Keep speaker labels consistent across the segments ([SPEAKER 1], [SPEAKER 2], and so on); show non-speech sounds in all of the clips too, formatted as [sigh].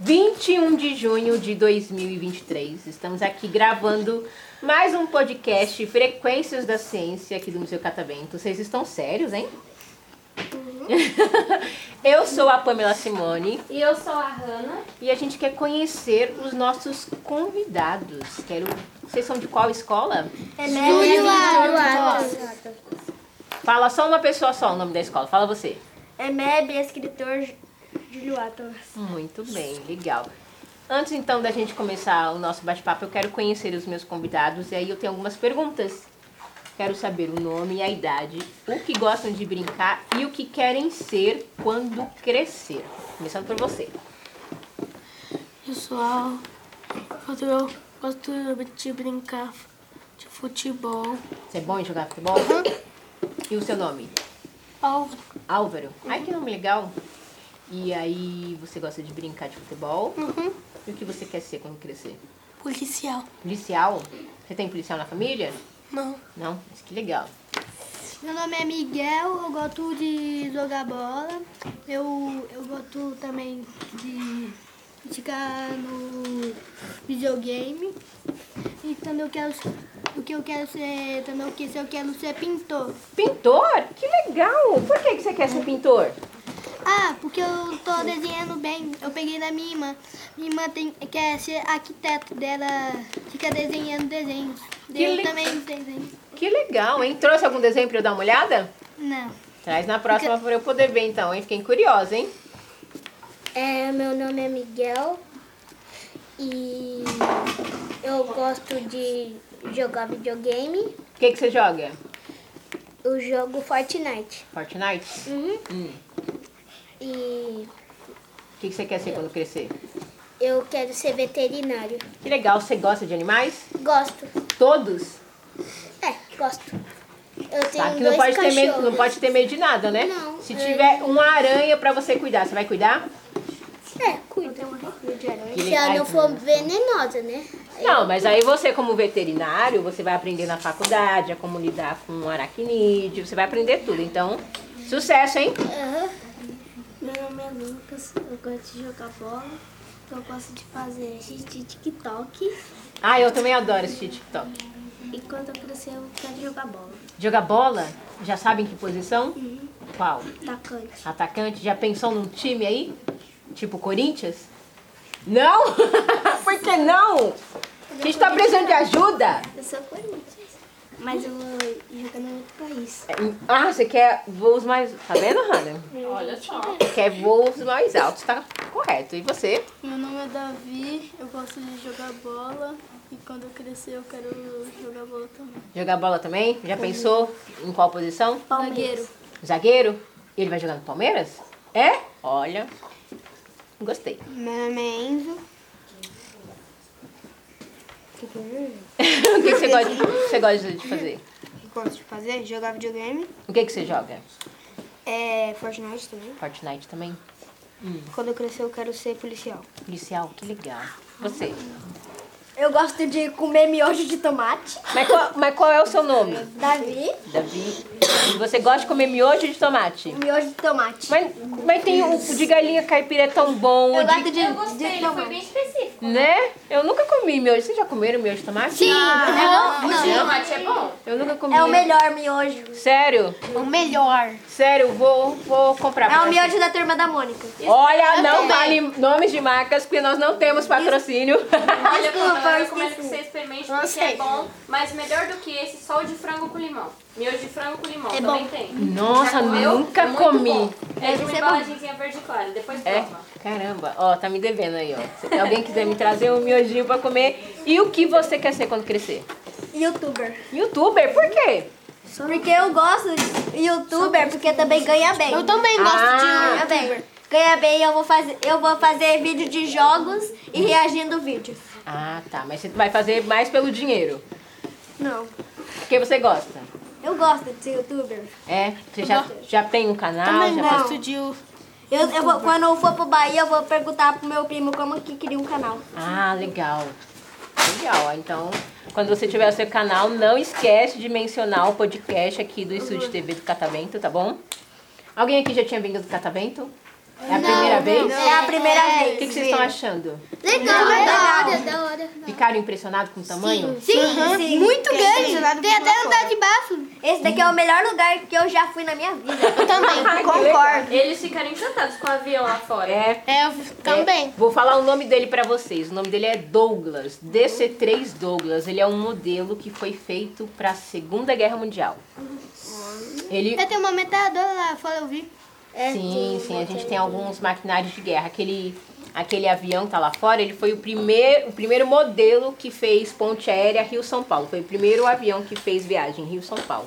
[SPEAKER 1] 21 de junho de 2023. Estamos aqui gravando mais um podcast Frequências da Ciência aqui do Museu Catavento. Vocês estão sérios, hein? [laughs] Eu sou a Pamela Simone
[SPEAKER 2] E eu sou a Hanna.
[SPEAKER 1] e a gente quer conhecer os nossos convidados. Quero. Vocês são de qual escola?
[SPEAKER 3] é Júlio Aruadas.
[SPEAKER 1] Fala só uma pessoa só o nome da escola. Fala você.
[SPEAKER 3] Emeb, é escritor Jú- Júlio Atos.
[SPEAKER 1] Muito bem, legal. Antes então da gente começar o nosso bate-papo, eu quero conhecer os meus convidados e aí eu tenho algumas perguntas. Quero saber o nome e a idade, o que gostam de brincar e o que querem ser quando crescer. Começando por você.
[SPEAKER 4] Pessoal, quando eu gosto de brincar de futebol.
[SPEAKER 1] Você é bom em jogar futebol? E o seu nome?
[SPEAKER 4] Álvaro,
[SPEAKER 1] Álvaro. Ai, que nome legal. E aí, você gosta de brincar de futebol? E o que você quer ser quando crescer?
[SPEAKER 4] policial.
[SPEAKER 1] Policial? Você tem policial na família?
[SPEAKER 4] Não.
[SPEAKER 1] Não? Mas que legal.
[SPEAKER 3] Meu nome é Miguel, eu gosto de jogar bola. Eu, eu gosto também de ficar no videogame. E também eu quero, o que eu quero ser, também o que se eu quero ser é pintor.
[SPEAKER 1] Pintor? Que legal! Por que, que você quer ser pintor?
[SPEAKER 3] Ah, porque eu tô desenhando bem. Eu peguei da minha irmã. Minha irmã tem, quer ser arquiteto dela. Fica desenhando desenhos. eu
[SPEAKER 1] le-
[SPEAKER 3] também desenho.
[SPEAKER 1] Que legal, hein? Trouxe algum desenho pra eu dar uma olhada?
[SPEAKER 3] Não.
[SPEAKER 1] Traz na próxima pra eu poder ver então, hein? Fiquei curiosa, hein?
[SPEAKER 5] É, meu nome é Miguel e eu gosto de jogar videogame.
[SPEAKER 1] O que, que você joga?
[SPEAKER 5] Eu jogo Fortnite.
[SPEAKER 1] Fortnite? Hum.
[SPEAKER 5] E
[SPEAKER 1] O que, que você quer ser quando crescer?
[SPEAKER 5] eu quero ser veterinário.
[SPEAKER 1] Que legal, você gosta de animais?
[SPEAKER 5] Gosto.
[SPEAKER 1] Todos?
[SPEAKER 5] É, gosto. Eu tenho
[SPEAKER 1] Tá, que não
[SPEAKER 5] dois
[SPEAKER 1] pode, ter
[SPEAKER 5] cachorros.
[SPEAKER 1] medo, não pode ter medo de nada, né?
[SPEAKER 5] Não.
[SPEAKER 1] Se tiver uma aranha pra você cuidar, você vai cuidar?
[SPEAKER 5] É, cuida.
[SPEAKER 3] um
[SPEAKER 1] Que
[SPEAKER 5] Se ela
[SPEAKER 1] legal.
[SPEAKER 5] não for venenosa, né?
[SPEAKER 1] Não, mas aí você, como veterinário, você vai aprender na faculdade a como lidar com um aracnídeo, você vai aprender tudo. Então, sucesso, hein?
[SPEAKER 3] Meu nome é Lucas, eu gosto de jogar bola. então Eu gosto de fazer xixi de TikTok.
[SPEAKER 1] Ah, eu também adoro assistir TikTok.
[SPEAKER 3] E quando eu crescer, eu quero jogar bola.
[SPEAKER 1] Jogar bola, já sabe em que posição? Qual?
[SPEAKER 3] Tacante.
[SPEAKER 1] Atacante? Já pensou num time aí? Tipo Corinthians? Não? [laughs] Por que não? A gente tá precisando de ajuda.
[SPEAKER 3] Eu sou Corinthians. Mas eu vou jogar no outro país.
[SPEAKER 1] Ah, você quer voos mais... Tá vendo, Hannah?
[SPEAKER 2] Olha só.
[SPEAKER 1] Quer voos mais altos, tá correto. E você?
[SPEAKER 3] Meu nome é Davi, eu gosto de jogar bola. E quando eu crescer, eu quero jogar bola também.
[SPEAKER 1] Jogar bola também? Já pensou em qual posição?
[SPEAKER 3] Palmeiras.
[SPEAKER 1] Zagueiro? Ele vai jogar no Palmeiras? É? Olha, gostei.
[SPEAKER 3] Meu nome é Enzo.
[SPEAKER 1] [laughs] o que que você gosta, você gosta de fazer?
[SPEAKER 3] Eu gosto de fazer? Jogar videogame.
[SPEAKER 1] O que, que você joga?
[SPEAKER 3] É Fortnite também.
[SPEAKER 1] Fortnite também?
[SPEAKER 3] Quando eu crescer, eu quero ser policial.
[SPEAKER 1] Policial? Que legal.
[SPEAKER 3] [laughs]
[SPEAKER 1] Você?
[SPEAKER 3] Eu gosto de comer miojo de tomate.
[SPEAKER 1] Mas qual, mas qual é o seu nome?
[SPEAKER 3] Davi,
[SPEAKER 1] Davi. E você gosta de comer miojo de tomate?
[SPEAKER 3] miojo de tomate.
[SPEAKER 1] Mas, mas tem um, o, o de galinha caipira é tão bom. o
[SPEAKER 3] Eu
[SPEAKER 1] de-
[SPEAKER 3] gosto de,
[SPEAKER 2] Eu gostei,
[SPEAKER 3] de
[SPEAKER 2] ele foi
[SPEAKER 3] tomate.
[SPEAKER 2] bem específico.
[SPEAKER 1] né? Eu nunca comi miojo. Vocês já comeram miojo de tomate? Sim.
[SPEAKER 2] O de tomate é bom.
[SPEAKER 1] Eu nunca comi.
[SPEAKER 3] É o melhor miojo.
[SPEAKER 1] Sério?
[SPEAKER 3] O melhor.
[SPEAKER 1] Sério, vou, vou comprar.
[SPEAKER 3] É
[SPEAKER 1] pra
[SPEAKER 3] o
[SPEAKER 1] você.
[SPEAKER 3] miojo da turma da Mônica.
[SPEAKER 1] Olha, não fale nomes de marcas, porque nós não temos patrocínio. [laughs]
[SPEAKER 2] Olha, Pamela, eu
[SPEAKER 3] eu
[SPEAKER 2] recomendo que
[SPEAKER 3] esqueci.
[SPEAKER 2] você experimente
[SPEAKER 3] Não
[SPEAKER 2] porque
[SPEAKER 3] sei.
[SPEAKER 2] é bom. Mas melhor do que esse, só o de frango com limão. Miojo de frango com limão também tem.
[SPEAKER 1] É Nossa,
[SPEAKER 2] Já comeu?
[SPEAKER 1] nunca
[SPEAKER 2] É muito
[SPEAKER 1] comi.
[SPEAKER 2] bom. É de uma
[SPEAKER 3] ser
[SPEAKER 2] embalagenzinha verde clara. Depois
[SPEAKER 1] É?
[SPEAKER 2] prova.
[SPEAKER 1] Caramba, ó, tá me devendo aí, ó. Se alguém quiser me trazer um miojinho pra comer. E o que você quer ser quando crescer?
[SPEAKER 3] Youtuber.
[SPEAKER 1] Youtuber, por quê?
[SPEAKER 3] Porque eu gosto de youtuber, porque também ganha bem. Eu também
[SPEAKER 1] gosto de
[SPEAKER 3] ganha bem. Ganha bem, eu vou fazer, eu vou fazer vídeo de jogos e reagindo vídeos.
[SPEAKER 1] Ah, tá. Mas você vai fazer mais pelo dinheiro.
[SPEAKER 3] Não.
[SPEAKER 1] Porque você gosta.
[SPEAKER 3] Eu gosto de ser youtuber.
[SPEAKER 1] É? Você já, já tem um canal?
[SPEAKER 3] Também
[SPEAKER 1] já
[SPEAKER 3] não.
[SPEAKER 1] faz-
[SPEAKER 4] Estudou
[SPEAKER 3] Eu, eu vou- quando eu for pro Bahia, eu vou perguntar pro meu primo como que cria um canal.
[SPEAKER 1] Ah, legal. Legal, ó, então. Quando você tiver o seu canal, não esquece de mencionar o podcast aqui do Estúdio TV do Catavento, tá bom? Alguém aqui já tinha vindo do Catavento? É a primeira vez?
[SPEAKER 6] É a primeira
[SPEAKER 1] O
[SPEAKER 6] vez.
[SPEAKER 1] que, que vocês estão achando?
[SPEAKER 5] Legal, é da hora, da hora.
[SPEAKER 1] Ficaram impressionados com o tamanho?
[SPEAKER 6] Sim, sim.
[SPEAKER 3] Muito
[SPEAKER 6] Fiquei impressionado
[SPEAKER 3] grande. Tem
[SPEAKER 6] com
[SPEAKER 3] até
[SPEAKER 6] uma
[SPEAKER 3] andar de bafo.
[SPEAKER 6] Esse daqui é o melhor lugar que eu já fui na minha vida. Eu também, concordo.
[SPEAKER 2] Eles ficaram encantados com o avião lá fora.
[SPEAKER 1] É,
[SPEAKER 3] É, também.
[SPEAKER 1] Vou falar o nome dele pra vocês. O nome dele é Douglas, DC-3 Douglas. Ele é um modelo que foi feito pra Segunda Guerra Mundial. Ele
[SPEAKER 3] Eu tenho uma metralhadora lá fora, eu vi.
[SPEAKER 5] É,
[SPEAKER 1] Sim, sim, a gente tem alguns maquinários de guerra. Aquele, aquele avião que tá lá fora, ele foi o primeiro, o primeiro modelo que fez ponte aérea Rio-São Paulo. Foi o primeiro avião que fez viagem Rio-São Paulo.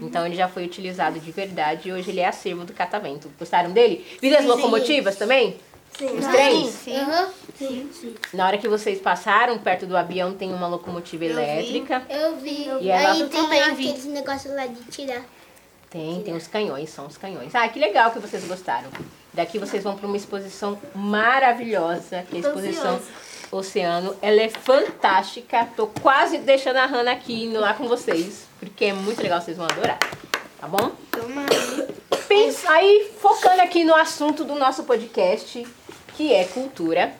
[SPEAKER 1] Então ele já foi utilizado de verdade e hoje ele é acervo do catavento. Gostaram dele? Viram as locomotivas também? Sim. Os trens?
[SPEAKER 5] Aham,
[SPEAKER 1] Na hora que vocês passaram, perto do avião tem uma locomotiva elétrica.
[SPEAKER 5] eu vi.
[SPEAKER 1] E ela-
[SPEAKER 5] Aí tem
[SPEAKER 1] também vi.
[SPEAKER 5] aqueles negócios lá de tirar.
[SPEAKER 1] Tem, tem os canhões, são os canhões. Ah, que legal que vocês gostaram. Daqui vocês vão para uma exposição maravilhosa, que é a exposição Oceano. Ela é fantástica. Tô quase deixando a Hannah aqui indo lá com vocês, porque é muito legal, vocês vão adorar. Tá bom? Pensa aí, focando aqui no assunto do nosso podcast, que é cultura.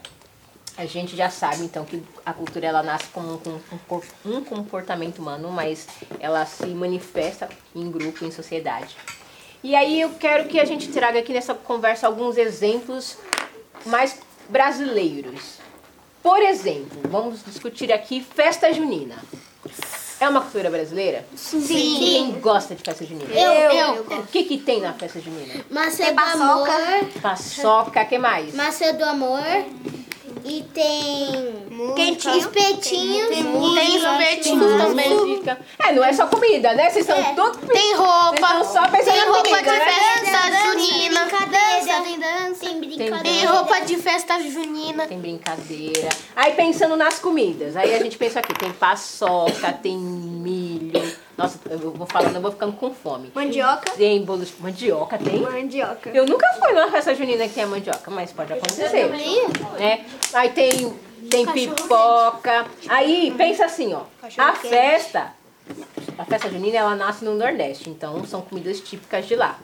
[SPEAKER 1] A gente já sabe, então, que a cultura ela nasce como um com- um cor- um comportamento humano, mas ela se manifesta em grupo, em sociedade. E aí eu quero que a gente traga aqui nessa conversa alguns exemplos mais brasileiros. Por exemplo, vamos discutir aqui festa junina. É uma cultura brasileira? Sim. Quem gosta de festa junina?
[SPEAKER 5] Eu, eu.
[SPEAKER 1] É, O que, que tem na festa junina? [laughs]
[SPEAKER 5] Maçã do amor.
[SPEAKER 1] Paçoca, que mais?
[SPEAKER 5] Maçã do amor. E tem
[SPEAKER 6] Quentinho.
[SPEAKER 5] espetinhos.
[SPEAKER 6] Tem
[SPEAKER 1] Tudo também fica. É, não é só comida, né? Vocês são todos.
[SPEAKER 3] Tem roupa.
[SPEAKER 1] Vocês estão só pensando
[SPEAKER 3] É. Tem
[SPEAKER 1] em
[SPEAKER 3] roupa
[SPEAKER 1] comida,
[SPEAKER 3] de
[SPEAKER 1] né?
[SPEAKER 3] festa
[SPEAKER 5] Tem
[SPEAKER 3] junina.
[SPEAKER 5] brincadeira.
[SPEAKER 3] Tem dança.
[SPEAKER 5] Tem
[SPEAKER 1] Tem
[SPEAKER 5] brincadeira.
[SPEAKER 3] Tem roupa de festa junina.
[SPEAKER 1] Tem brincadeira. Aí pensando nas comidas. Aí a gente pensa aqui, tem paçoca, tem milho. Nossa, eu vou falando, eu vou ficando com fome.
[SPEAKER 6] Mandioca.
[SPEAKER 1] Tem bolos de mandioca, tem?
[SPEAKER 6] Mandioca.
[SPEAKER 1] Eu nunca fui numa festa junina que tem a mandioca, mas pode acontecer. Né? Aí tem, tem pipoca. Aí pensa assim, ó. A festa, a festa junina, ela nasce no Nordeste, então são comidas típicas de lá.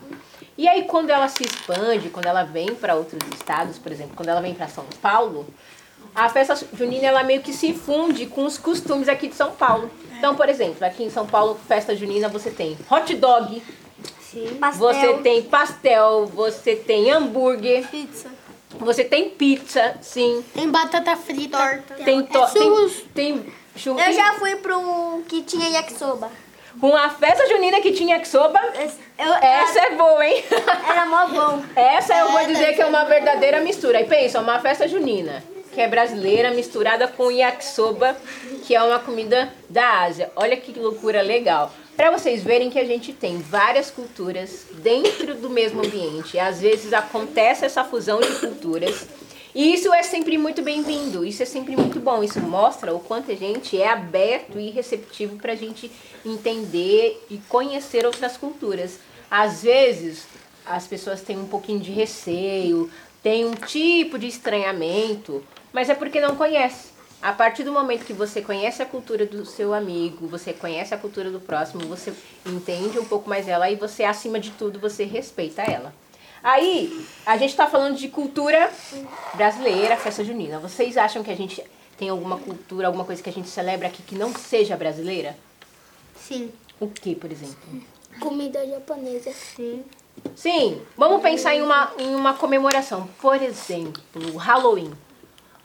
[SPEAKER 1] E aí quando ela se expande, quando ela vem para outros estados, por exemplo, quando ela vem para São Paulo, a festa junina ela meio que se funde com os costumes aqui de São Paulo. Então, por exemplo, aqui em São Paulo, festa junina você tem hot dog,
[SPEAKER 6] Pastel.
[SPEAKER 1] você tem pastel, você tem hambúrguer,
[SPEAKER 6] Pizza.
[SPEAKER 1] você tem pizza, sim.
[SPEAKER 3] Tem batata frita. Torta.
[SPEAKER 1] Tem to
[SPEAKER 3] É churros.
[SPEAKER 1] Tem, tem churros.
[SPEAKER 6] Eu já fui pra um que tinha yakisoba.
[SPEAKER 1] Uma festa junina que tinha yakisoba.
[SPEAKER 6] Esse- eu-
[SPEAKER 1] Essa é boa, hein? [laughs]
[SPEAKER 6] Era, era mó bom.
[SPEAKER 1] Essa eu vou dizer que é uma verdadeira mistura. E pensa, uma festa junina, que é brasileira, misturada com yakisoba, que é uma comida da Ásia. Olha que loucura legal. Pra vocês verem que a gente tem várias culturas dentro do mesmo ambiente. Às vezes acontece essa fusão de culturas. E isso é sempre muito bem-vindo, isso é sempre muito bom. Isso mostra o quanto a gente é aberto e receptivo pra gente entender e conhecer outras culturas. Às vezes, as pessoas têm um pouquinho de receio, têm um tipo de estranhamento, mas é porque não conhece. A partir do momento que você conhece a cultura do seu amigo, você conhece a cultura do próximo, você entende um pouco mais ela e você, acima de tudo, você respeita ela. Aí, a gente tá falando de cultura brasileira, festa junina. Vocês acham que a gente tem alguma cultura, alguma coisa que a gente celebra aqui que não seja brasileira?
[SPEAKER 5] Sim.
[SPEAKER 1] O que, por exemplo?
[SPEAKER 5] Comida japonesa. Sim.
[SPEAKER 1] Sim, vamos pensar em uma, em uma comemoração. Por exemplo, o Halloween.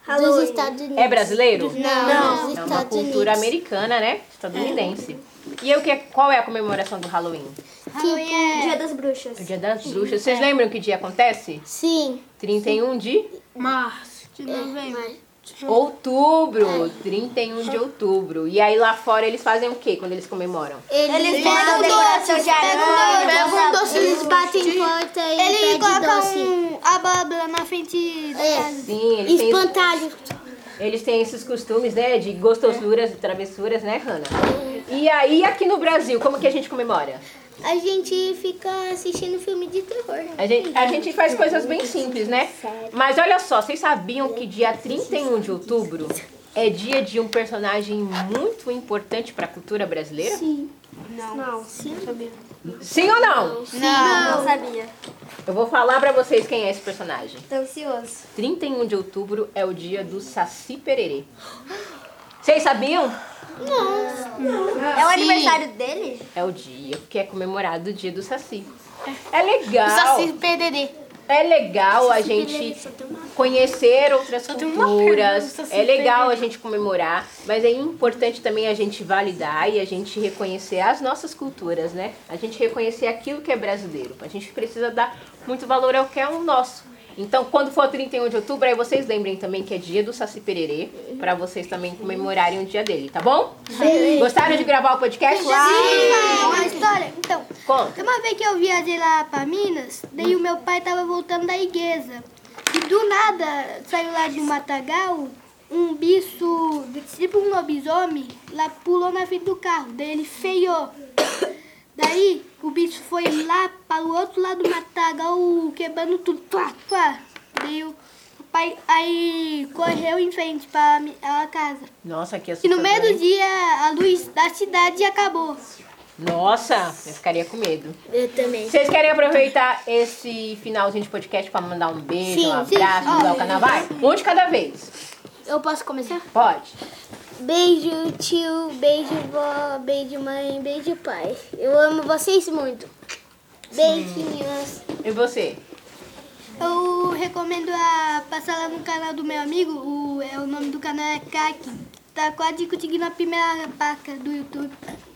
[SPEAKER 5] Dos Estados Unidos.
[SPEAKER 1] É brasileiro?
[SPEAKER 5] Não, dos
[SPEAKER 1] É uma
[SPEAKER 5] Estados
[SPEAKER 1] cultura
[SPEAKER 5] Unidos.
[SPEAKER 1] americana, né? Estadunidense. E eu que, qual é a comemoração do Halloween?
[SPEAKER 6] Dia das bruxas.
[SPEAKER 1] O É. dia das bruxas. Vocês
[SPEAKER 5] É.
[SPEAKER 1] lembram que dia acontece?
[SPEAKER 5] Sim.
[SPEAKER 1] 31 de
[SPEAKER 4] Março de
[SPEAKER 1] É,
[SPEAKER 4] novembro.
[SPEAKER 1] outubro. 31 de outubro. E aí lá fora eles fazem o quê quando eles comemoram?
[SPEAKER 6] Eles mandam decoração de aranha.
[SPEAKER 5] Pegam um doce, eles batem porta e
[SPEAKER 3] Ele
[SPEAKER 5] pede
[SPEAKER 3] coloca
[SPEAKER 5] doce.
[SPEAKER 3] um abóbora na frente da
[SPEAKER 5] É.
[SPEAKER 3] casa.
[SPEAKER 1] Sim, eles têm,
[SPEAKER 5] Espantalho.
[SPEAKER 1] eles têm esses costumes, né? De gostosuras e travessuras, né, Hannah? E aí aqui no Brasil, como que a gente comemora?
[SPEAKER 5] A gente fica assistindo filme de terror.
[SPEAKER 1] A gente, a gente faz coisas bem simples, né? Mas olha só, vocês sabiam que dia 31 de um outubro é dia de um personagem muito importante para a cultura brasileira? Sim.
[SPEAKER 4] Não, sim. sabia.
[SPEAKER 1] ou não?
[SPEAKER 6] Não, não sabia.
[SPEAKER 1] Eu vou falar para vocês quem é esse personagem.
[SPEAKER 6] Tô ansioso.
[SPEAKER 1] 31 de outubro é o dia do Saci Pererê. Vocês sabiam? Ah,
[SPEAKER 6] É o aniversário dele?
[SPEAKER 1] É o dia que é comemorado o dia do Saci. É legal.
[SPEAKER 4] Saci pererê.
[SPEAKER 1] É legal a gente conhecer outras
[SPEAKER 4] tenho uma
[SPEAKER 1] culturas.
[SPEAKER 4] pergunta, se
[SPEAKER 1] É legal a
[SPEAKER 4] tem-
[SPEAKER 1] gente comemorar, mas é importante também a gente validar e a gente reconhecer as nossas culturas, né? A gente reconhecer aquilo que é brasileiro. A gente precisa dar muito valor ao que é o nosso. Então, quando for 31 de outubro, aí vocês lembrem também que é dia do Saci Pererê, pra vocês também comemorarem o dia dele, tá bom? Gostaram de gravar o podcast lá?
[SPEAKER 3] É Uma história. Então,
[SPEAKER 1] Conta.
[SPEAKER 3] Tem uma vez que eu viajei lá pra Minas, daí o meu pai tava voltando da igreja. E do nada, saiu lá de um matagal, um bicho, tipo um lobisomem, lá pulou na frente do carro. Daí ele feiou. Daí o bicho foi lá para o outro lado do matagal, quebrando tudo. Tuá, tuá. Daí o o pai aí correu em frente pra mi- a casa.
[SPEAKER 1] Nossa, que
[SPEAKER 3] E
[SPEAKER 1] assustador.
[SPEAKER 3] no meio
[SPEAKER 1] hein?
[SPEAKER 3] do dia, a luz da cidade acabou.
[SPEAKER 1] Nossa, eu ficaria com medo.
[SPEAKER 5] Eu também.
[SPEAKER 1] Vocês querem aproveitar esse finalzinho de podcast pra mandar um beijo,
[SPEAKER 5] Sim,
[SPEAKER 1] um
[SPEAKER 5] sim.
[SPEAKER 1] abraço,
[SPEAKER 5] Ó,
[SPEAKER 1] mandar o canal? Vai, um de cada vez.
[SPEAKER 3] Eu posso começar?
[SPEAKER 1] Pode.
[SPEAKER 5] Beijo, tio. Beijo, vó. Beijo, mãe. Beijo, pai. Eu amo vocês muito. Beijinhos.
[SPEAKER 1] E você?
[SPEAKER 3] Eu recomendo a passar lá no canal do meu amigo, o, é, o nome do canal é Kaki. Tá quase conseguindo a primeira placa do YouTube.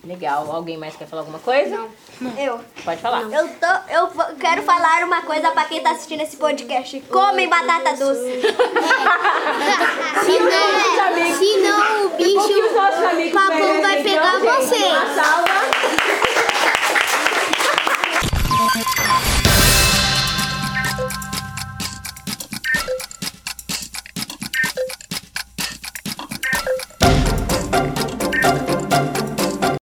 [SPEAKER 1] Legal. Alguém mais quer falar alguma coisa? Não.
[SPEAKER 6] Eu.
[SPEAKER 1] Pode falar.
[SPEAKER 6] Eu, tô, eu vou- quero falar uma coisa pra quem tá assistindo esse podcast. Comem batata doce.
[SPEAKER 5] Se não, se não o bicho
[SPEAKER 1] Um nossos amigos
[SPEAKER 5] papão vai pegar vocês.